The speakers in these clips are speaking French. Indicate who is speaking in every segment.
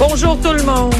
Speaker 1: Bonjour tout le monde.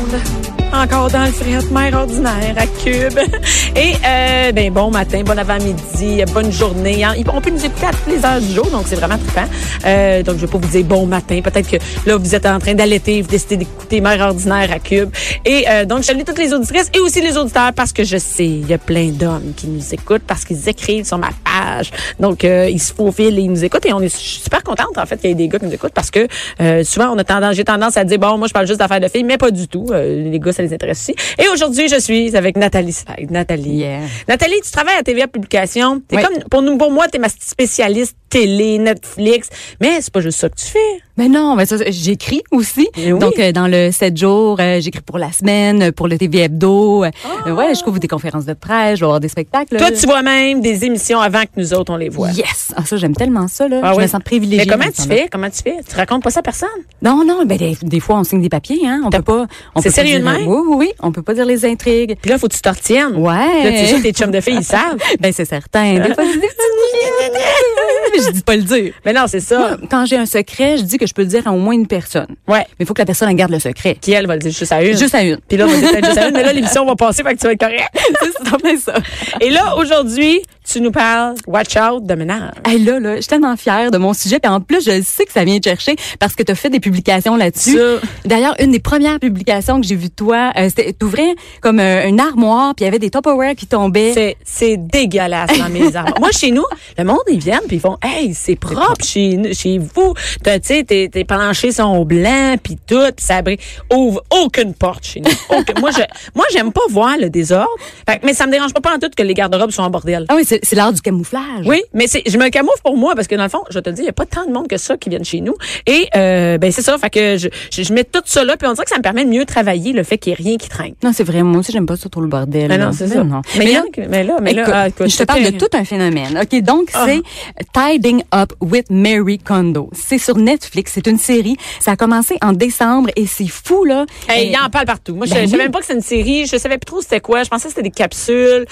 Speaker 1: Encore dans le fret, mère ordinaire à Cube. Et euh, ben bon matin, bon avant-midi, bonne journée. hein. On peut nous écouter à toutes les heures du jour, donc c'est vraiment trippant. Euh, donc je vais pas vous dire bon matin. Peut-être que là, vous êtes en train d'allaiter, vous décidez d'écouter mère ordinaire à Cube. Et euh, donc, je salue toutes les auditrices et aussi les auditeurs parce que je sais, il y a plein d'hommes qui nous écoutent parce qu'ils écrivent sur ma page. Donc, euh, ils se faufilent et ils nous écoutent. Et on est je suis super contente, en fait, qu'il y ait des gars qui nous écoutent parce que euh, souvent, on a tendance, j'ai tendance à dire, bon, moi, je parle juste d'affaires de filles, mais pas du tout. Euh, les gars, ça les intéresse aussi. Et aujourd'hui, je suis avec Nathalie Spade. Nathalie.
Speaker 2: Yeah.
Speaker 1: Nathalie, tu travailles à TVA Publication. T'es
Speaker 2: Oui.
Speaker 1: comme, pour, nous, pour moi, t'es ma spécialiste télé, Netflix. Mais c'est pas juste ça que tu fais.
Speaker 2: Mais Ben non, mais ça, j'écris aussi.
Speaker 1: Eh oui.
Speaker 2: Donc, euh, dans le 7 jours, euh, j'écris pour la semaine, euh, pour le TV Hebdo. Euh, euh, ouais, je couvre des conférences de presse, je vais avoir des spectacles.
Speaker 1: Ah. Toi, tu vois même des émissions avant que nous autres, on les voit.
Speaker 2: Yes! Ah, ça, j'aime tellement ça, là.
Speaker 1: Ah
Speaker 2: je
Speaker 1: ouais.
Speaker 2: me sens privilégiée.
Speaker 1: Mais comment
Speaker 2: dans
Speaker 1: tu
Speaker 2: ce temps-là.
Speaker 1: fais? Comment tu fais? Tu racontes pas ça à personne?
Speaker 2: Non, non, ben, des, des fois, on signe des papiers, hein. On peut pas. on
Speaker 1: C'est
Speaker 2: peut pas
Speaker 1: sérieux de
Speaker 2: dire-
Speaker 1: même?
Speaker 2: Oui, oui, oui. On peut pas dire les intrigues.
Speaker 1: Puis là, faut que tu t'en retiennes.
Speaker 2: Ouais.
Speaker 1: Là, tu sais, tes chums de filles, ils savent.
Speaker 2: ben, c'est certain. Des fois, je dis des petites- Je dis pas le dire.
Speaker 1: Mais non, c'est ça.
Speaker 2: Moi, quand j'ai un secret, je dis que je peux le dire à au moins une personne.
Speaker 1: Ah. Ouais.
Speaker 2: Mais il faut que la personne elle garde le secret.
Speaker 1: Qui, elle, va le dire juste à une.
Speaker 2: Juste à une.
Speaker 1: Puis là, on va le dire peut-être juste à une. Mais là, l'émission va passer, fait que tu vas être correct.
Speaker 2: c'est pas mal ça.
Speaker 1: Et là, aujourd'hui, tu nous parles Watch Out de ménage.
Speaker 2: Hey, là, là, je suis tellement fière de mon sujet. Puis en plus, je le sais que ça vient te chercher parce que tu as fait des publications là-dessus.
Speaker 1: Ça.
Speaker 2: D'ailleurs, une des premières publications que j'ai vues de toi, euh, c'était t'ouvrais comme euh, une armoire, puis il y avait des Tupperware qui tombaient.
Speaker 1: C'est, c'est dégueulasse dans mes armoires. Moi, chez nous, le monde, ils viennent puis ils font, hey, c'est propre chez, nous- chez vous. T'as- Tu sais, tes, tes planchers sont blancs puis tout puis ça brille. Ouvre aucune porte chez nous. Aucune- moi, je, moi, j'aime pas voir le désordre. Fait que- mais ça me dérange pas, pas en tout que les garde-robes soient en bordel.
Speaker 2: Ah oui, c'est c'est l'art du camouflage.
Speaker 1: Oui, mais c'est, je me camoufle pour moi parce que dans le fond, je te dis, il n'y a pas tant de monde que ça qui viennent chez nous. Et euh, ben c'est ça, fait que je, je, je mets tout ça là, puis on dirait que ça me permet de mieux travailler le fait qu'il n'y ait rien qui traîne.
Speaker 2: Non, c'est vrai. Moi aussi, j'aime pas ça trop le bordel.
Speaker 1: Mais
Speaker 2: là.
Speaker 1: non, c'est
Speaker 2: Ben
Speaker 1: ça.
Speaker 2: non.
Speaker 1: Mais, il y en a qui- mais là, mais là,
Speaker 2: Écoute,
Speaker 1: ah, écoute,
Speaker 2: je te parle de
Speaker 1: terrible. Ah.
Speaker 2: tout un phénomène. OK, donc c'est Tiding Up with Mary Kondo. C'est sur Netflix, c'est une série. Ça a commencé en décembre et c'est fou là.
Speaker 1: Hey,
Speaker 2: Euh,
Speaker 1: il en parle partout. Moi, je
Speaker 2: Ben
Speaker 1: je savais
Speaker 2: oui.
Speaker 1: même pas que c'était une série. Je savais plus trop c'était quoi. Je pensais que c'était des capsules.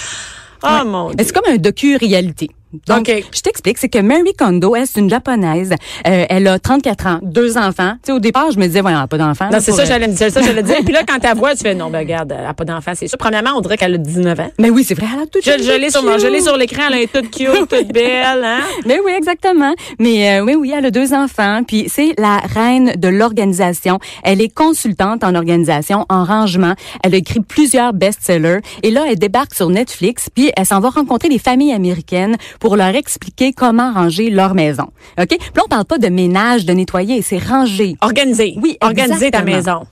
Speaker 1: Oh mon
Speaker 2: Mais
Speaker 1: dieu.
Speaker 2: C'est comme un docu-réalité. Donc,
Speaker 1: OK.
Speaker 2: je t'explique, c'est que Mary Kondo, elle, c'est une japonaise. Euh, elle a 34 ans, deux enfants. Tu sais, au départ, je me disais, voilà, pas d'enfants.
Speaker 1: Non,
Speaker 2: là,
Speaker 1: c'est
Speaker 2: pour,
Speaker 1: ça,
Speaker 2: euh,
Speaker 1: j'allais me dire ça, j'allais dire. Puis là, quand t'as voix, tu fais non, ben regarde, elle n'a pas d'enfant, c'est sûr. Premièrement, on dirait qu'elle a 19 ans.
Speaker 2: Mais oui, c'est vrai, elle a tout
Speaker 1: Je, je l'ai sur, mon- je l'ai sur l'écran, elle est toute cute, toute belle, hein.
Speaker 2: Mais oui, exactement. Mais euh, oui, oui, elle a deux enfants. Puis c'est la reine de l'organisation. Elle est consultante en organisation, en rangement. Elle a écrit plusieurs best-sellers. Et là, elle débarque sur Netflix. Puis elle s'en va rencontrer des familles américaines pour leur expliquer comment ranger leur maison. Ok Puis là, on parle pas de ménage, de nettoyer, c'est ranger.
Speaker 1: Organiser.
Speaker 2: Oui,
Speaker 1: Organiser ta
Speaker 2: exactement.
Speaker 1: maison.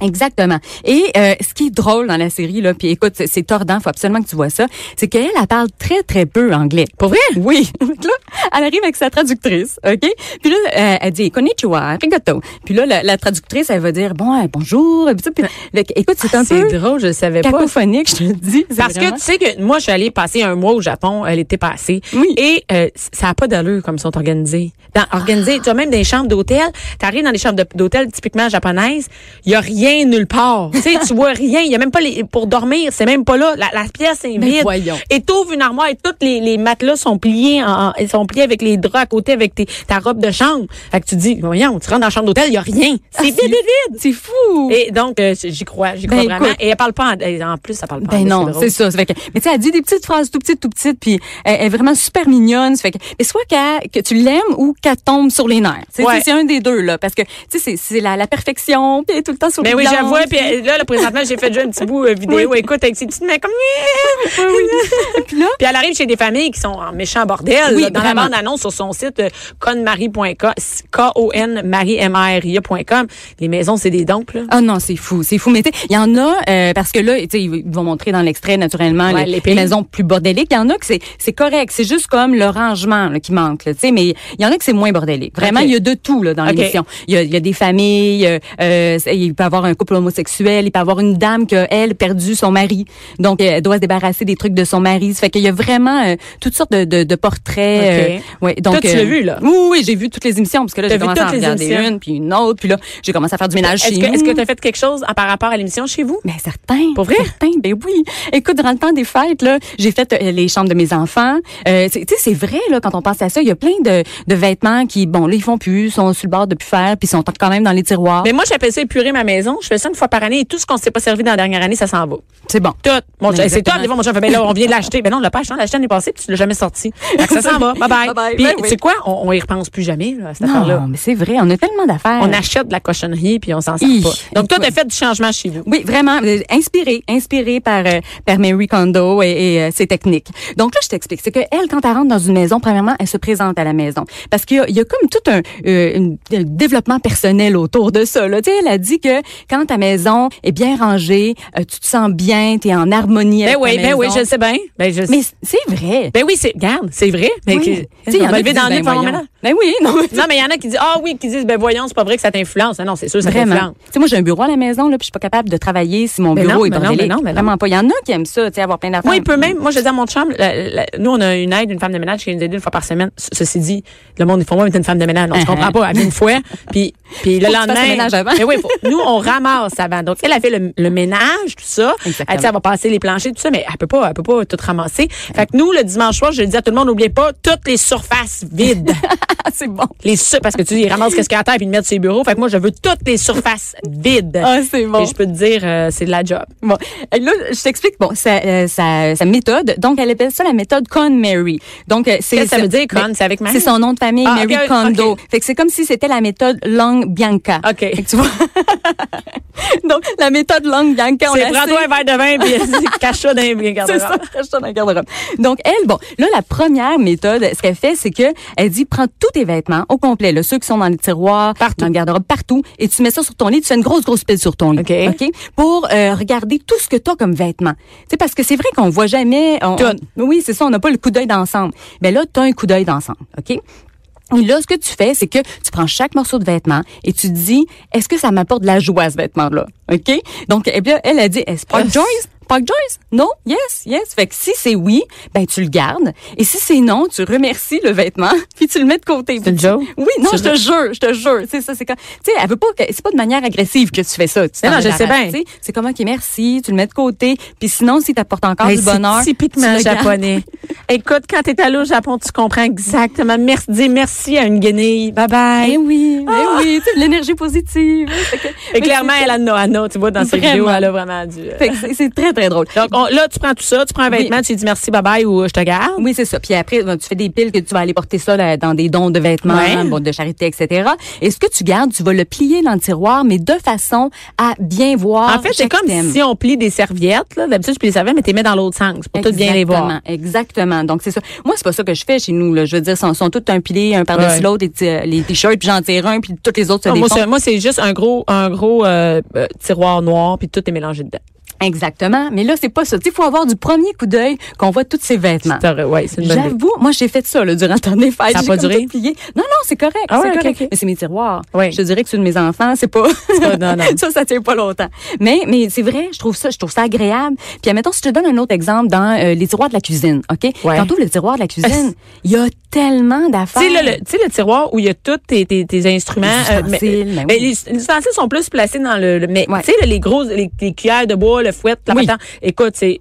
Speaker 2: Exactement. Et euh, ce qui est drôle dans la série là, puis écoute, c'est- c'est tordant, faut absolument que tu vois ça, c'est qu'elle elle parle très très peu anglais.
Speaker 1: Pour vrai?
Speaker 2: Oui. Donc là, elle arrive avec sa traductrice, OK? Puis là, euh, elle dit Konnichiwa, arigato. Puis là, la, la traductrice, elle va dire bon, euh, bonjour, puis ça, puis- le- écoute, c'est un
Speaker 1: Ah, C'est
Speaker 2: peu
Speaker 1: drôle, je le savais pas.
Speaker 2: cacophonique, je te le dis. C'est
Speaker 1: Parce que
Speaker 2: vraiment-
Speaker 1: tu sais que moi, je suis allée passer un mois au Japon euh, l'été passé.
Speaker 2: Oui.
Speaker 1: Et euh, c- ça n'a pas d'allure comme ils sont organisés. Dans, organisés, tu as même des chambres d'hôtel. Tu arrives dans les chambres de- d'hôtel typiquement japonaises, il n'y a rien nulle part. tu sais, tu vois rien. Il n'y a même pas les, pour dormir, c'est même pas là. La, la pièce est
Speaker 2: Mais
Speaker 1: vide.
Speaker 2: voyons.
Speaker 1: Et t'ouvres une armoire et tous les, les matelas sont pliés, en, en- ils sont pliés avec les draps à côté, avec tes- ta robe de chambre. Fait que tu dis, voyons, tu rentres dans la chambre d'hôtel, il n'y a rien. Ah, C'est vide, vide, vide.
Speaker 2: c'est fou.
Speaker 1: Et donc, euh, j'y crois, j'y crois
Speaker 2: Ben,
Speaker 1: vraiment.
Speaker 2: écoute.
Speaker 1: et elle parle pas en, en plus, ça parle pas
Speaker 2: Ben
Speaker 1: anglais,
Speaker 2: non,
Speaker 1: drôle.
Speaker 2: c'est ça. ça fait que, mais tu sais, elle dit des petites phrases tout petites, tout petites, puis elle, elle est vraiment super mignonne. Ça fait que, mais soit qu'elle- que tu l'aimes ou qu'elle tombe sur les nerfs. C'est
Speaker 1: Ouais.
Speaker 2: c'est un des deux là, parce que tu sais, c'est- c'est la, la perfection, puis elle est tout le temps sur
Speaker 1: Mais
Speaker 2: les
Speaker 1: Ben oui,
Speaker 2: blonde.
Speaker 1: j'avoue. Puis euh, là, là, présentement, j'ai fait déjà un petit bout euh, vidéo, écoute, avec ses petites mains comme...
Speaker 2: Oui, oui. Puis là,
Speaker 1: Puis elle arrive chez des familles qui sont en méchant bordel.
Speaker 2: Oui,
Speaker 1: là, dans
Speaker 2: vraiment.
Speaker 1: la bande-annonce sur son site euh, conmarie.com, K-O-N-Marie-M-A-R-I-A.com, les maisons, c'est des dompes, là.
Speaker 2: Ah non, c'est fou, c'est fou. Mais tu sais, il y en a euh, parce que là, tu sais, ils vont montrer dans l'extrait naturellement
Speaker 1: Ouais,
Speaker 2: les,
Speaker 1: les
Speaker 2: les
Speaker 1: pays.
Speaker 2: maisons plus bordéliques. Il y en a que c'est c'est correct, c'est juste comme le rangement là, qui manque, là, tu sais. Mais il y en a que c'est moins bordélique. Vraiment,
Speaker 1: Ok.
Speaker 2: il y a de tout là dans
Speaker 1: Ok.
Speaker 2: l'émission. Il y a, il y a des familles, euh, euh, c'est- il peut y avoir un couple homosexuel, il peut y avoir une dame qui a, elle perdu son mari, donc elle doit se débarrasser des trucs de son mari. Ça fait qu'il y a vraiment euh, toutes sortes de, de, de portraits.
Speaker 1: Ok.
Speaker 2: euh, ouais, donc
Speaker 1: Toi, tu l'as vu, là?
Speaker 2: Oui, oui, oui, j'ai vu toutes les émissions parce que là
Speaker 1: T'as
Speaker 2: j'ai
Speaker 1: vu
Speaker 2: commencé à en
Speaker 1: toutes les
Speaker 2: regarder
Speaker 1: émissions?
Speaker 2: une puis une autre, puis là j'ai commencé à faire du ménage
Speaker 1: Est-ce
Speaker 2: Ah, chez
Speaker 1: que, est-ce
Speaker 2: nous.
Speaker 1: que t'as fait quelque chose à- par rapport à l'émission chez vous?
Speaker 2: Mais certain.
Speaker 1: Pour vrai?
Speaker 2: Certain, ben oui. Écoute, durant le temps des fêtes, là, j'ai fait euh, les chambres de mes enfants. Euh, c'est- tu sais, c'est vrai, là, quand on pense à ça, il y a plein de, de vêtements qui, bon, là, ils font plus, sont sur le bord de plus faire, puis sont quand même dans les tiroirs.
Speaker 1: Mais Ben, moi, j'appelle ça épurer ma maison. Je fais ça une fois par année et tout ce qu'on s'est pas servi dans la dernière année, ça s'en va.
Speaker 2: C'est bon.
Speaker 1: Tout. Mon
Speaker 2: Ben,
Speaker 1: chum- c'est
Speaker 2: exactement.
Speaker 1: top. Des fois, mon chum fait, ben là, on vient de l'acheter. Ben non, on l'a pas acheté. On l'a acheté l'année passée puis tu l'as jamais sorti. Fait que ça s'en va. Bye bye.
Speaker 2: Bye-bye.
Speaker 1: Puis,
Speaker 2: Ben oui.
Speaker 1: c'est quoi? On, on y repense plus jamais, là, à cette affaire-là.
Speaker 2: Non, mais c'est vrai, on a tellement d'affaires.
Speaker 1: On achète de la cochonnerie puis on s'en sert
Speaker 2: Hi.
Speaker 1: pas. Donc, toi, t'as
Speaker 2: Ouais.
Speaker 1: fait du changement chez vous.
Speaker 2: Oui, vraiment, euh, inspirée, inspirée par euh, par Mary Kondo et, et, euh, ses techniques. Donc là, je t'explique, c'est que elle, quand elle rentre dans une maison, premièrement, elle se présente à la maison parce qu'il y a, il y a comme tout un, euh, une- un développement personnel autour de ça. Là. Tu sais, elle a dit que quand ta maison est bien rangée, euh, tu te sens bien, tu es en harmonie
Speaker 1: Ben
Speaker 2: avec
Speaker 1: oui,
Speaker 2: ta
Speaker 1: ben
Speaker 2: maison.
Speaker 1: oui, je le sais bien. Ben, je
Speaker 2: Mais c'est vrai.
Speaker 1: Ben oui, c'est, regarde, c'est vrai. Mais
Speaker 2: Oui.
Speaker 1: que- tu
Speaker 2: Tu sais,
Speaker 1: sais,
Speaker 2: il y
Speaker 1: on
Speaker 2: en
Speaker 1: va
Speaker 2: a qui
Speaker 1: lever dans
Speaker 2: disent,
Speaker 1: le nez
Speaker 2: ben
Speaker 1: pour avoir
Speaker 2: voyons.
Speaker 1: mal.
Speaker 2: Ben oui, non. mais-
Speaker 1: Non, mais il y en a qui disent, ah oui, qui disent, ben voyons, c'est pas vrai que ça t'influence. Non, non, c'est sûr, ça
Speaker 2: Vraiment.
Speaker 1: t'influence.
Speaker 2: Tu sais, moi, j'ai un bureau à la maison, là, puis je suis pas capable de travailler si mon
Speaker 1: Mais
Speaker 2: bureau
Speaker 1: Ben non,
Speaker 2: est
Speaker 1: mais non,
Speaker 2: bordélique.
Speaker 1: mais non, mais non.
Speaker 2: Vraiment pas. Il y en a qui aiment ça, tu sais, avoir plein d'affaires.
Speaker 1: Moi, il peut même, moi, je dis à mon chum, la- la- nous, on a une aide, une femme de ménage qui nous aide une fois par semaine. Ce- Ceci dit, le monde, il faut moi, mais t'es une femme de ménage. On se
Speaker 2: Uh-huh.
Speaker 1: comprend pas, elle vient une fois, puis, puis le
Speaker 2: Faut que tu fasses
Speaker 1: lendemain.
Speaker 2: le ménage avant.
Speaker 1: Mais oui, faut- nous, on ramasse avant. Donc, elle a fait le, le ménage, tout ça.
Speaker 2: Exactement.
Speaker 1: Elle, tu sais, elle va passer les planchers, tout ça, mais elle peut pas, elle peut pas tout ramasser. Fait que nous, le dimanche soir, je dis à tout le monde, n'oubliez pas toutes les surfaces vides.
Speaker 2: Ah, c'est bon.
Speaker 1: les sur- parce que tu dis, ramasse qu'est-ce qu'il y a à terre puis le mettre sur les bureaux. Fait que moi, je veux toutes les surfaces vides.
Speaker 2: Ah, c'est bon.
Speaker 1: Et je peux te dire, euh, c'est de la job.
Speaker 2: Bon, euh, là, je t'explique. Bon, sa, euh, sa, sa méthode. Donc, elle appelle ça la méthode Con Mary. Donc, euh, c'est
Speaker 1: Qu'est-ce que ça
Speaker 2: c'est-
Speaker 1: veut dire, Con?
Speaker 2: ben,
Speaker 1: C'est avec Mary?
Speaker 2: C'est son nom de famille,
Speaker 1: Ah,
Speaker 2: Mary
Speaker 1: ok,
Speaker 2: Kondo.
Speaker 1: ok.
Speaker 2: Fait que c'est comme si c'était la méthode Long Bianca.
Speaker 1: OK.
Speaker 2: Fait que tu vois. Donc, la méthode Long Bianca, on
Speaker 1: C'est
Speaker 2: la sait.
Speaker 1: prends-toi un verre de vin puis cache-toi dans les
Speaker 2: C'est ça, cache-toi dans le garde-robe. Donc, elle, bon, là, la première méthode, ce qu'elle fait, c'est que elle dit, prends tous tes vêtements au complet, là, ceux qui sont dans les tiroirs,
Speaker 1: Partout.
Speaker 2: dans le garde-robe, partout, et tu mets ça sur ton lit, tu fais une grosse, grosse pile sur ton lit.
Speaker 1: OK.
Speaker 2: Pour euh, regarder tout ce que tu as comme vêtements. Tu sais, parce que c'est vrai qu'on voit jamais... on-
Speaker 1: Tout.
Speaker 2: on- oui, c'est ça, on n'a pas le coup d'œil d'ensemble. Mais là, tu as un coup d'œil d'ensemble, OK et là, ce que tu fais, c'est que tu prends chaque morceau de vêtement et tu te dis, est-ce que ça m'apporte de la joie, ce vêtement-là? OK? Donc, eh bien, elle a dit, est-ce pas
Speaker 1: Yes.
Speaker 2: joy? Pas Joyce? Non? Yes, yes. Fait que si c'est oui, ben, tu le gardes. Et si c'est non, tu remercies le vêtement, puis tu le mets de côté.
Speaker 1: C'est une joke?
Speaker 2: Oui, non,
Speaker 1: C'est
Speaker 2: je te jure, je te jure. Tu sais, ça, c'est quand, tu sais, elle veut pas que, c'est pas de manière agressive que tu fais ça. Tu
Speaker 1: Mais
Speaker 2: t'en
Speaker 1: non, je sais
Speaker 2: débarrasses,
Speaker 1: bien.
Speaker 2: tu sais. C'est comme, OK, merci, tu le mets de côté. Puis sinon, si t'apportes encore
Speaker 1: Hey,
Speaker 2: du
Speaker 1: c'est
Speaker 2: bonheur. tu
Speaker 1: typiquement
Speaker 2: le gardes.
Speaker 1: japonais. Écoute, quand t'es allé au Japon, tu comprends exactement. Merci, dis merci à une guenille. Bye bye.
Speaker 2: Eh oui, eh
Speaker 1: Ah!
Speaker 2: oui, tu sais, l'énergie positive. Fait que-
Speaker 1: Et clairement, elle a Noana, tu vois, dans ses
Speaker 2: Vraiment.
Speaker 1: vidéos, elle a vraiment dû. euh,
Speaker 2: Fait que c'est- c'est très, très drôle.
Speaker 1: Donc, on- là, tu prends tout ça, tu prends un
Speaker 2: Oui.
Speaker 1: vêtement, tu lui dis merci, bye bye ou euh, je te garde.
Speaker 2: Oui, c'est ça. Puis après, ben, tu fais des piles que tu vas aller porter ça là, dans des dons de vêtements,
Speaker 1: Ouais.
Speaker 2: bon, de charité, etc. Et ce que tu gardes, tu vas le plier dans le tiroir, mais de façon à bien voir.
Speaker 1: En fait, c'est
Speaker 2: chaque
Speaker 1: comme
Speaker 2: thème.
Speaker 1: si on plie des serviettes. là. D'habitude, je plie les serviettes, mais tu les mets dans l'autre sens pour tout bien les voir.
Speaker 2: Exactement, exactement. Donc, c'est ça. Moi, c'est pas ça que je fais chez nous. Là. Je veux dire, ils sont, sont tous un pilé, un par-dessus
Speaker 1: Ouais.
Speaker 2: l'autre, et t- euh, les t-shirts, puis j'en tire un, puis toutes les autres se
Speaker 1: Non, Ah, moi,
Speaker 2: défont.
Speaker 1: c'est- moi, c'est juste un gros, un gros euh, euh, tiroir noir, puis tout est mélangé dedans.
Speaker 2: Exactement. Mais là, c'est pas ça. Tu sais, faut avoir du premier coup d'œil qu'on voit tous ces vêtements.
Speaker 1: C'est- Ouais, c'est une bonne idée.
Speaker 2: J'avoue, moi j'ai fait ça là, durant le temps des fêtes.
Speaker 1: Ça a
Speaker 2: J'ai
Speaker 1: pas
Speaker 2: comme
Speaker 1: duré?
Speaker 2: tout plié. Non, non, c'est correct.
Speaker 1: Ah
Speaker 2: c'est
Speaker 1: ouais, ok,
Speaker 2: correct.
Speaker 1: ok.
Speaker 2: Mais c'est mes tiroirs.
Speaker 1: Oui.
Speaker 2: Je te dirais que ceux de mes enfants, c'est pas.
Speaker 1: pas- non, non.
Speaker 2: ça, ça tient pas longtemps. Mais, mais c'est vrai, je trouve ça, je trouve ça agréable. Puis, admettons, si je te donne un autre exemple dans euh, les tiroirs de la cuisine, OK? Quand tu le tiroir de la cuisine, il y a tellement d'affaires.
Speaker 1: Tu sais, le, le- tu sais, le tiroir où il y a tous tes, tes, tes instruments. euh,
Speaker 2: Les
Speaker 1: mais,
Speaker 2: ustensiles, ben oui.
Speaker 1: mais les, les ustensiles sont plus placés dans le. le- mais
Speaker 2: Ouais.
Speaker 1: tu sais, là, les grosses, les, les cuillères de bois, le fouet, la
Speaker 2: Oui.
Speaker 1: patate, Écoute, c'est.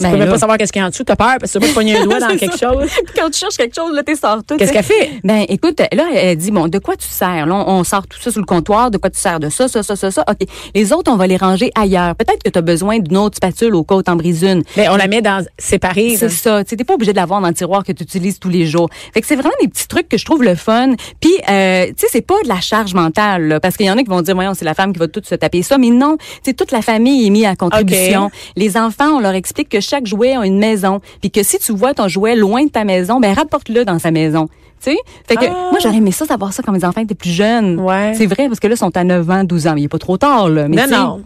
Speaker 1: Tu
Speaker 2: Ben
Speaker 1: peux même
Speaker 2: là.
Speaker 1: pas savoir qu'est-ce qu'il y a en dessous. T'as peur parce que tu peux te pogner un doigt dans
Speaker 2: C'est
Speaker 1: quelque
Speaker 2: ça.
Speaker 1: chose.
Speaker 2: Puis quand tu cherches quelque chose, là, t'es sors tout.
Speaker 1: Qu'est-ce qu'elle fait?
Speaker 2: Ben, écoute, là, elle dit, bon, de quoi tu sers? Là, on, on sort tout ça sur le comptoir. De quoi tu sers? De ça, ça, ça, ça, ça. OK. Les autres, on va les ranger ailleurs. Peut-être que tu as besoin d'une autre spatule au côtes en brise une.
Speaker 1: Ben, on la met dans séparée. là.
Speaker 2: C'est ça. Tu n'es pas obligé de l'avoir dans le tiroir que tu utilises tous les jours. Fait que c'est vraiment des petits trucs que je trouve le fun. Puis, euh, tu sais, c'est pas de la charge mentale, là, parce qu'il y en a qui vont dire, voyons, c'est la femme qui va tout se taper ça. Mais non, tu sais, toute la famille est mise à contribution. Les enfants, on leur explique que chaque jouet a une maison. Puis que si tu vois ton jouet loin de ta maison, ben rapporte-le dans sa maison. Tu sais? Fait que
Speaker 1: Ah.
Speaker 2: moi, j'aurais aimé ça, savoir ça quand mes enfants étaient plus jeunes.
Speaker 1: Ouais.
Speaker 2: C'est vrai, parce que là, ils sont à 9 ans, 12 ans. Mais il est pas trop tard, là. Mais
Speaker 1: Non,
Speaker 2: tu sais,
Speaker 1: non.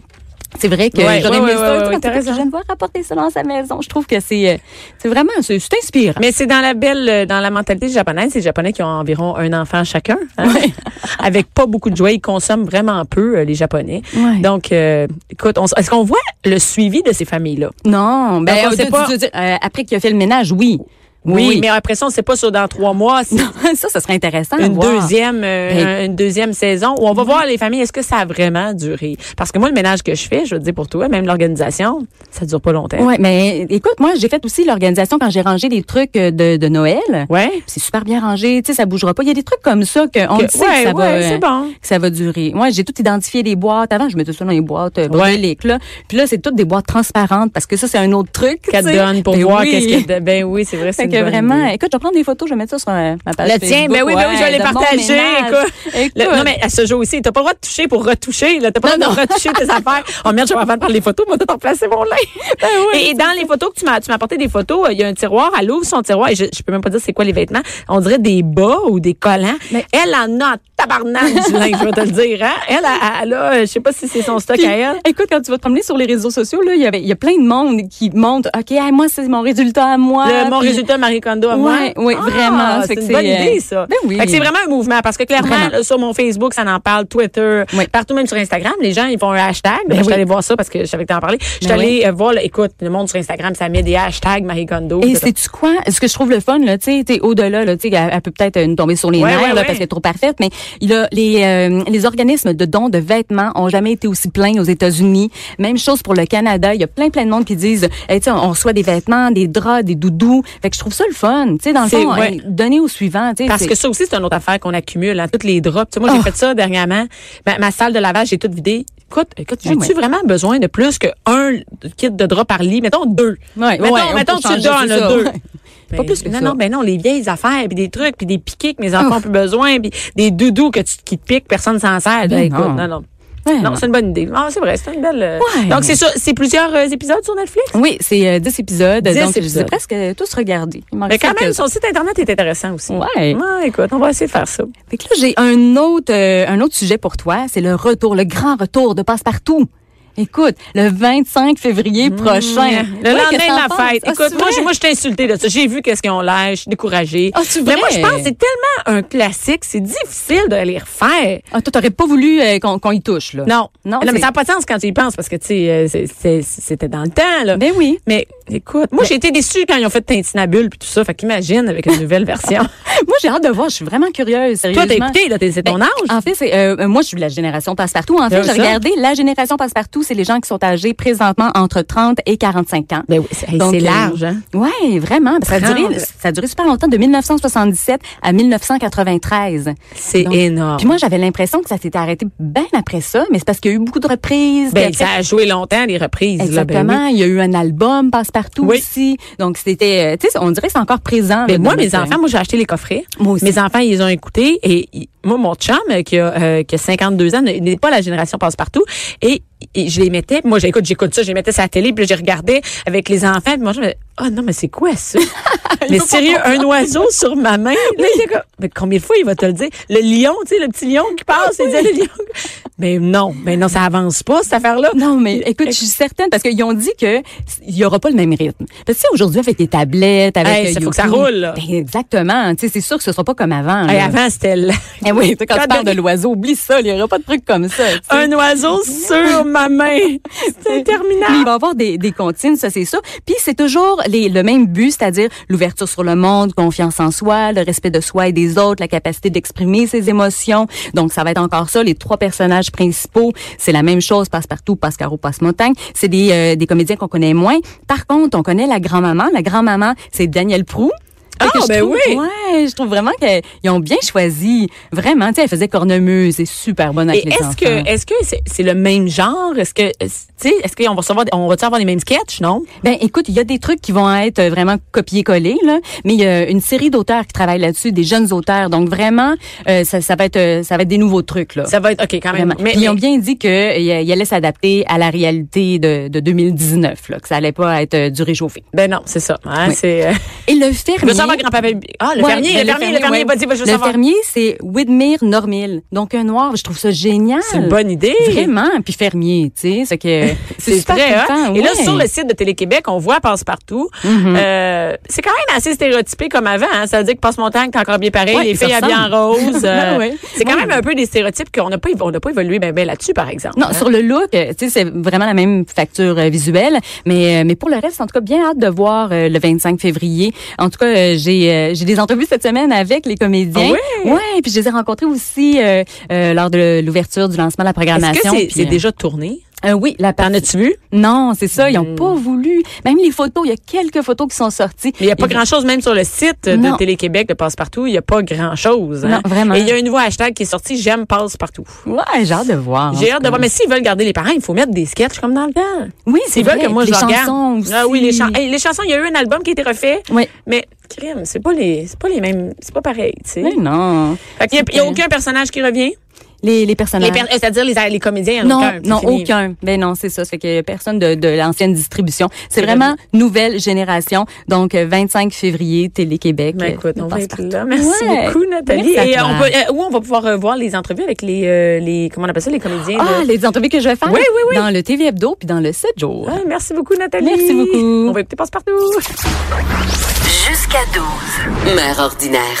Speaker 2: c'est vrai que
Speaker 1: Ouais,
Speaker 2: j'aurais
Speaker 1: ouais,
Speaker 2: aimé
Speaker 1: ouais, ouais,
Speaker 2: ça. Tu sais,
Speaker 1: ouais,
Speaker 2: quand
Speaker 1: t'as
Speaker 2: t'étais
Speaker 1: raison.
Speaker 2: jeune, voir rapporter ça dans sa maison. Je trouve que c'est, euh, c'est vraiment, c'est, c'est inspirant.
Speaker 1: Mais c'est dans la belle, euh, dans la mentalité japonaise, c'est les Japonais qui ont environ un enfant chacun, hein. avec pas beaucoup de jouets. Ils consomment vraiment peu euh, les Japonais.
Speaker 2: Ouais.
Speaker 1: Donc, euh, écoute, on s- est-ce qu'on voit le suivi de ces familles-là
Speaker 2: non, ben,
Speaker 1: Donc, on
Speaker 2: euh,
Speaker 1: sait
Speaker 2: tu-
Speaker 1: pas.
Speaker 2: tu- tu- euh, après qu'il a fait le ménage, oui.
Speaker 1: mais après ça, on sait pas sur dans trois mois. c'est
Speaker 2: ça, ça serait intéressant à
Speaker 1: Une
Speaker 2: voir.
Speaker 1: deuxième, euh,
Speaker 2: Ben-
Speaker 1: une deuxième saison où on va voir les familles. Est-ce que ça a vraiment duré Parce que moi, le ménage que je fais, je veux te dire pour toi, même l'organisation, ça dure pas longtemps.
Speaker 2: Ouais, mais écoute, moi, j'ai fait aussi l'organisation quand j'ai rangé les trucs euh, de, de Noël.
Speaker 1: Ouais.
Speaker 2: C'est super bien rangé, tu sais, ça bougera pas. Il y a des trucs comme ça qu'on
Speaker 1: Que-
Speaker 2: le sait
Speaker 1: ouais,
Speaker 2: que ça va,
Speaker 1: ouais, c'est
Speaker 2: euh,
Speaker 1: bon.
Speaker 2: que ça va durer. Moi, j'ai tout identifié les boîtes. Avant, je mettais ça dans les boîtes euh, bordéliques, là. Puis là, c'est toutes des boîtes transparentes parce que ça, c'est un autre truc. tu
Speaker 1: Qu'elle
Speaker 2: sais.
Speaker 1: donne pour
Speaker 2: Ben
Speaker 1: voir
Speaker 2: oui.
Speaker 1: qu'est-ce qu'elle donne. Ben oui, c'est vrai, c'est
Speaker 2: Fait
Speaker 1: une
Speaker 2: que
Speaker 1: bonne
Speaker 2: vraiment,
Speaker 1: idée.
Speaker 2: écoute, je vais prendre des photos, je vais mettre ça sur euh, ma page
Speaker 1: Le tien, ben
Speaker 2: Facebook,
Speaker 1: oui, ben oui, je vais
Speaker 2: ouais,
Speaker 1: les
Speaker 2: de mon
Speaker 1: partager,
Speaker 2: ménage.
Speaker 1: écoute.
Speaker 2: Écoute.
Speaker 1: Le- non, mais à ce jour-ci, t'as pas le droit de toucher pour retoucher. Là. T'as pas le droit de retoucher tes affaires. Oh merde, je vais avant de prendre les photos, moi, tout remplacer mon linge.
Speaker 2: Ben
Speaker 1: et, et dans les photos que tu m'as, tu m'as apporté des photos, euh, il y a un tiroir, elle ouvre son tiroir, et je, je peux même pas dire c'est quoi les vêtements. On dirait des bas ou des collants.
Speaker 2: Mais-
Speaker 1: Elle en a en tabarnak du linge, je vais te le dire, hein. Elle, a- elle, a, euh, je sais pas si c'est son stock
Speaker 2: Puis,
Speaker 1: à elle.
Speaker 2: écoute, quand tu vas te promener sur les réseaux sociaux, là, il y avait, il y a plein de monde qui monte. OK, hey, moi, c'est mon résultat à moi.
Speaker 1: Le, mon
Speaker 2: Ah, Puis-
Speaker 1: résultat Marie Kondo à moi. Ah,
Speaker 2: Ouais, ouais, vraiment.
Speaker 1: C'est
Speaker 2: Fait que
Speaker 1: une
Speaker 2: c'est,
Speaker 1: bonne
Speaker 2: euh,
Speaker 1: idée, ça.
Speaker 2: ben oui.
Speaker 1: Fait que c'est vraiment un mouvement parce que clairement,
Speaker 2: Vraiment.
Speaker 1: là, sur mon Facebook, ça en parle, Twitter,
Speaker 2: Oui.
Speaker 1: partout même sur Instagram, les gens, ils font un hashtag. Ben, je suis
Speaker 2: oui.
Speaker 1: allée voir ça parce que je savais que t'en parlais. Je suis
Speaker 2: Ben
Speaker 1: allée euh, voir, là, écoute, le monde sur Instagram, ça met des hashtags Marie Kondo.
Speaker 2: Et
Speaker 1: tout ça.
Speaker 2: c'est-tu quoi? Ce que je trouve le fun, là, tu sais, t'es au-delà, là, tu sais, elle, elle peut peut-être euh, nous tomber sur les
Speaker 1: Ouais,
Speaker 2: nerfs,
Speaker 1: ouais,
Speaker 2: là,
Speaker 1: ouais.
Speaker 2: parce qu'elle est trop parfaite, mais il a, les, euh, les organismes de dons de vêtements ont jamais été aussi pleins aux États-Unis. Même chose pour le Canada. Il y a plein, plein de monde qui disent, hey, tu sais, on reçoit des vêtements, des draps, des doudous. Fait que je trouve ça le fun, tu sais, dans le
Speaker 1: C'est-
Speaker 2: fond,
Speaker 1: ouais.
Speaker 2: hey, donner au suivant, tu sais.
Speaker 1: Parce
Speaker 2: c'est-
Speaker 1: que ça aussi, c'est une autre affaire qu'on accumule, hein, toutes les drops. Tu sais, moi, j'ai
Speaker 2: Oh.
Speaker 1: fait ça dernièrement. Ma, ma salle de lavage, j'ai toute vidée. Écoute, écoute,
Speaker 2: Ah
Speaker 1: j'ai-tu
Speaker 2: ouais.
Speaker 1: vraiment besoin de plus qu'un kit de draps par lit? Mettons deux.
Speaker 2: Ouais,
Speaker 1: mettons,
Speaker 2: ouais, on
Speaker 1: mettons
Speaker 2: peut
Speaker 1: que tu
Speaker 2: changer,
Speaker 1: donnes
Speaker 2: c'est ça.
Speaker 1: deux.
Speaker 2: Ouais.
Speaker 1: Ben,
Speaker 2: Pas plus que
Speaker 1: non,
Speaker 2: ça.
Speaker 1: Non, ben non, les vieilles affaires, puis des trucs, puis des piquets que mes enfants ont plus besoin, puis des doudous que tu, qui te piquent, personne s'en sert. Ben,
Speaker 2: Ben
Speaker 1: écoute, non,
Speaker 2: non.
Speaker 1: non.
Speaker 2: Ouais,
Speaker 1: Non,
Speaker 2: non.
Speaker 1: c'est une bonne idée. Ah, c'est vrai, c'est une belle. euh,
Speaker 2: Ouais.
Speaker 1: Donc, c'est ça, c'est plusieurs euh, épisodes sur Netflix.
Speaker 2: Oui, c'est euh, 10 épisodes.
Speaker 1: 10
Speaker 2: donc, je les ai
Speaker 1: épisodes.
Speaker 2: presque tous regardés. Il m'en
Speaker 1: Mais
Speaker 2: reste
Speaker 1: quand même,
Speaker 2: quelques-
Speaker 1: son site Internet est intéressant aussi. Ouais,
Speaker 2: Ouais.
Speaker 1: écoute, on va essayer de faire ça.
Speaker 2: Fait que là, j'ai un autre, euh, un autre sujet pour toi. C'est le retour, le grand retour de Passe-Partout. Écoute, le 25 février prochain.
Speaker 1: Mmh. Le
Speaker 2: Ouais,
Speaker 1: lendemain
Speaker 2: qu'est-ce que
Speaker 1: de
Speaker 2: t'en
Speaker 1: la fête.
Speaker 2: penses? Ah,
Speaker 1: Écoute,
Speaker 2: c'est
Speaker 1: moi,
Speaker 2: vrai?
Speaker 1: j'ai- moi, je t'ai insulté de ça. J'ai vu qu'est-ce qu'ils ont l'air. Je suis découragée.
Speaker 2: Ah, c'est
Speaker 1: Mais
Speaker 2: vrai?
Speaker 1: moi, je pense que c'est tellement un classique. C'est difficile de les refaire.
Speaker 2: Ah, toi, t'aurais pas voulu euh, qu'on qu'on y touche, là.
Speaker 1: Non.
Speaker 2: Non,
Speaker 1: mais
Speaker 2: c'est-
Speaker 1: ça n'a pas de sens quand tu y penses parce que, tu sais, euh, c'est- c'est- c'était dans le temps, là.
Speaker 2: Ben oui.
Speaker 1: Mais écoute, moi j'ai été déçue quand ils ont fait Tintinabule puis tout ça. Fait qu'imagine avec une nouvelle version.
Speaker 2: Moi, j'ai hâte de voir. Je suis vraiment curieuse,
Speaker 1: Toi t'as
Speaker 2: sérieusement.
Speaker 1: écouté là, t'es- c'est ton
Speaker 2: Ben,
Speaker 1: âge.
Speaker 2: En fait, c'est euh, moi, je suis de la génération passe-partout. En fait,
Speaker 1: C'est
Speaker 2: j'ai
Speaker 1: ça.
Speaker 2: regardé la génération passe-partout, c'est les gens qui sont âgés présentement entre 30 et 45 ans.
Speaker 1: Ben oui, c'est hey,
Speaker 2: Donc,
Speaker 1: c'est
Speaker 2: euh,
Speaker 1: large. Hein?
Speaker 2: Oui, vraiment. Ça a, duré,
Speaker 1: 30.
Speaker 2: ça a duré super longtemps, de 1977 à 1993.
Speaker 1: C'est
Speaker 2: Donc,
Speaker 1: énorme.
Speaker 2: Puis moi, j'avais l'impression que ça s'était arrêté bien après ça, mais c'est parce qu'il y a eu beaucoup de reprises.
Speaker 1: ben
Speaker 2: puis après-
Speaker 1: ça a joué longtemps les reprises. là, ben oui.
Speaker 2: Exactement. Il y a eu un album passe-partout
Speaker 1: Oui.
Speaker 2: aussi. Donc, c'était, euh, tu sais, on dirait que c'est encore présent.
Speaker 1: Mais
Speaker 2: là,
Speaker 1: Ben, moi,
Speaker 2: dans
Speaker 1: mes
Speaker 2: notre-
Speaker 1: enfants, moi, j'ai acheté les coffrets.
Speaker 2: Moi aussi.
Speaker 1: Mes enfants, ils ont écouté. Et il- moi, mon chum, euh, qui a, euh, qui a 52 ans, n'est n'est pas la génération passe-partout. Et, et je les mettais. Moi, j'écoute, j'écoute ça. Je les mettais sur la télé. Puis là, je regardais avec les enfants. Puis moi, je me disais, oh non, mais c'est quoi ça? mais sérieux, un oiseau sur ma main. Là, il était comme, mais combien de fois il va te le dire? Le lion, tu sais, le petit lion qui passe. Il disait, le lion. Mais non, mais non, ça avance pas, cette affaire-là.
Speaker 2: Non, mais écoute, je suis certaine parce qu'ils ont dit que il y aura pas le même rythme. Parce que tu sais, aujourd'hui avec les tablettes, avec
Speaker 1: Hey,
Speaker 2: euh,
Speaker 1: ça faut que ça
Speaker 2: YouTube,
Speaker 1: roule, là.
Speaker 2: ben, exactement. Tu sais, c'est sûr que ce sera pas comme avant.
Speaker 1: Hey,
Speaker 2: là.
Speaker 1: avant, c'était là.
Speaker 2: Eh oui, tu sais, quand,
Speaker 1: Quand
Speaker 2: tu parles
Speaker 1: de-
Speaker 2: de l'oiseau, oublie ça. Il y aura pas de trucs comme ça. tu sais.
Speaker 1: Un oiseau sur ma main. C'est interminable.
Speaker 2: Il va y avoir des, des comptines, ça c'est sûr. Puis c'est toujours les, le même but, c'est-à-dire l'ouverture sur le monde, confiance en soi, le respect de soi et des autres, la capacité d'exprimer ses émotions. Donc, ça va être encore ça. Les trois personnages principaux, c'est la même chose, Passepartout, Pascaro, Passe-Montagne. C'est des, euh, des comédiens qu'on connaît moins. Par contre, on connaît la grand-maman. La grand-maman, c'est Daniel Prou. Fait que
Speaker 1: Ah,
Speaker 2: je
Speaker 1: ben
Speaker 2: trouve-
Speaker 1: oui!
Speaker 2: Ouais, je trouve vraiment qu'ils ont bien choisi. Vraiment, tu sais, elle faisait cornemuse et super bonne avec
Speaker 1: Et
Speaker 2: les
Speaker 1: est-ce que,
Speaker 2: enfants.
Speaker 1: est-ce que c'est c'est le même genre? Est-ce que, euh, tu sais, est-ce qu'on va recevoir, on va avoir les mêmes sketchs, non?
Speaker 2: Ben, écoute, il y a des trucs qui vont être euh, vraiment copiés-collés, là, mais il y a une série d'auteurs qui travaillent là-dessus, des jeunes auteurs. Donc, vraiment, euh, ça, ça va être, euh, ça va être des nouveaux trucs, là.
Speaker 1: Ça va être, OK, quand même.
Speaker 2: Vraiment. Puis ils ont bien dit que euh, il allait s'adapter à la réalité de, de 2019, là, que ça allait pas être euh, du réchauffé.
Speaker 1: ben non, c'est ça. Hein,
Speaker 2: Oui.
Speaker 1: C'est, euh,
Speaker 2: Et le
Speaker 1: je
Speaker 2: fermier.
Speaker 1: veux savoir grand-papa. Ah, le
Speaker 2: Ouais,
Speaker 1: fermier,
Speaker 2: ben,
Speaker 1: le fermier, le fermier,
Speaker 2: ouais.
Speaker 1: vas-y, vas-y, je veux
Speaker 2: Le
Speaker 1: savoir.
Speaker 2: fermier, c'est Widmere Normil. Donc, un noir, je trouve ça génial.
Speaker 1: C'est une bonne idée.
Speaker 2: Vraiment, puis fermier, tu sais, c'est que
Speaker 1: C'est
Speaker 2: super
Speaker 1: très
Speaker 2: content,
Speaker 1: hot. Et là,
Speaker 2: ouais. Mm-hmm.
Speaker 1: sur le site de Télé-Québec, on voit Passe-Partout. Euh, c'est quand même assez stéréotypé comme avant. Hein. Ça veut dire que Passe-Montagne, t'es encore bien pareil.
Speaker 2: Ouais,
Speaker 1: les
Speaker 2: ça
Speaker 1: filles habillées en
Speaker 2: ressemble.
Speaker 1: rose. euh,
Speaker 2: Ouais, ouais.
Speaker 1: C'est quand
Speaker 2: Ouais.
Speaker 1: même un peu des stéréotypes qu'on n'a pas, on n'a pas évolué bien ben, là-dessus, par exemple.
Speaker 2: Non,
Speaker 1: hein.
Speaker 2: sur le look, euh, tu sais, c'est vraiment la même facture euh, visuelle, mais euh, mais pour le reste, en tout cas, bien hâte de voir euh, le 25 février. En tout cas, euh, j'ai euh, j'ai des entrevues cette semaine avec les comédiens.
Speaker 1: Ah ouais?
Speaker 2: ouais, puis je les ai rencontrés aussi euh, euh, lors de l'ouverture du lancement de la
Speaker 1: Est-ce que
Speaker 2: programmation.
Speaker 1: c'est
Speaker 2: puis,
Speaker 1: c'est
Speaker 2: euh,
Speaker 1: déjà tourné?
Speaker 2: euh, oui, la
Speaker 1: T'en
Speaker 2: partie-
Speaker 1: as-tu Hmm. vu?
Speaker 2: Non, c'est ça, ils ont pas voulu. Même les photos, il y a quelques photos qui sont sorties.
Speaker 1: Mais il n'y a pas grand-chose, même sur le site de
Speaker 2: Non.
Speaker 1: Télé-Québec de Passe-Partout, il n'y a pas grand-chose. hein.
Speaker 2: Non, vraiment.
Speaker 1: Et il y a un nouveau hashtag qui est sorti, J'aime Passe-Partout.
Speaker 2: Ouais, j'ai hâte de voir. en
Speaker 1: J'ai
Speaker 2: tout
Speaker 1: hâte de
Speaker 2: cas.
Speaker 1: voir. Mais s'ils veulent garder les parents, il faut mettre des sketchs comme dans le temps.
Speaker 2: Oui, c'est
Speaker 1: S'ils veulent
Speaker 2: vrai.
Speaker 1: que moi,
Speaker 2: les
Speaker 1: je regarde.
Speaker 2: chansons aussi.
Speaker 1: Ah oui, les, chansons. les chansons, il y a eu un album qui a été refait.
Speaker 2: Oui.
Speaker 1: Mais, crime, c'est pas les, c'est pas les mêmes, c'est pas pareil, tu sais.
Speaker 2: Mais non.
Speaker 1: Fait qu'il y a- il y a, aucun personnage qui revient.
Speaker 2: Les les
Speaker 1: Les
Speaker 2: personnages.
Speaker 1: per- euh, c'est-à-dire les, les comédiens, il y en a
Speaker 2: Non,
Speaker 1: aucun. c'est
Speaker 2: non,
Speaker 1: fini.
Speaker 2: aucun. Ben non, c'est ça. Ça fait que personne de, de l'ancienne distribution. C'est
Speaker 1: C'est
Speaker 2: vraiment nouvelle génération. Donc, euh, 25 février, Télé-Québec.
Speaker 1: Ben, écoute,
Speaker 2: euh,
Speaker 1: on va
Speaker 2: passe
Speaker 1: être
Speaker 2: partout.
Speaker 1: là. Merci
Speaker 2: Ouais.
Speaker 1: beaucoup, Nathalie.
Speaker 2: Merci à
Speaker 1: Et
Speaker 2: toi.
Speaker 1: on peut, euh, où on va pouvoir euh, voir les entrevues avec les, euh, les, comment on appelle ça, les comédiens?
Speaker 2: Ah,
Speaker 1: de-
Speaker 2: les entrevues que je vais faire
Speaker 1: Oui, oui, oui.
Speaker 2: dans le TV Hebdo puis dans le 7 jours.
Speaker 1: Ah, merci beaucoup, Nathalie.
Speaker 2: Merci beaucoup.
Speaker 1: On va écouter Passe-Partout.
Speaker 3: Jusqu'à 12. Mère ordinaire.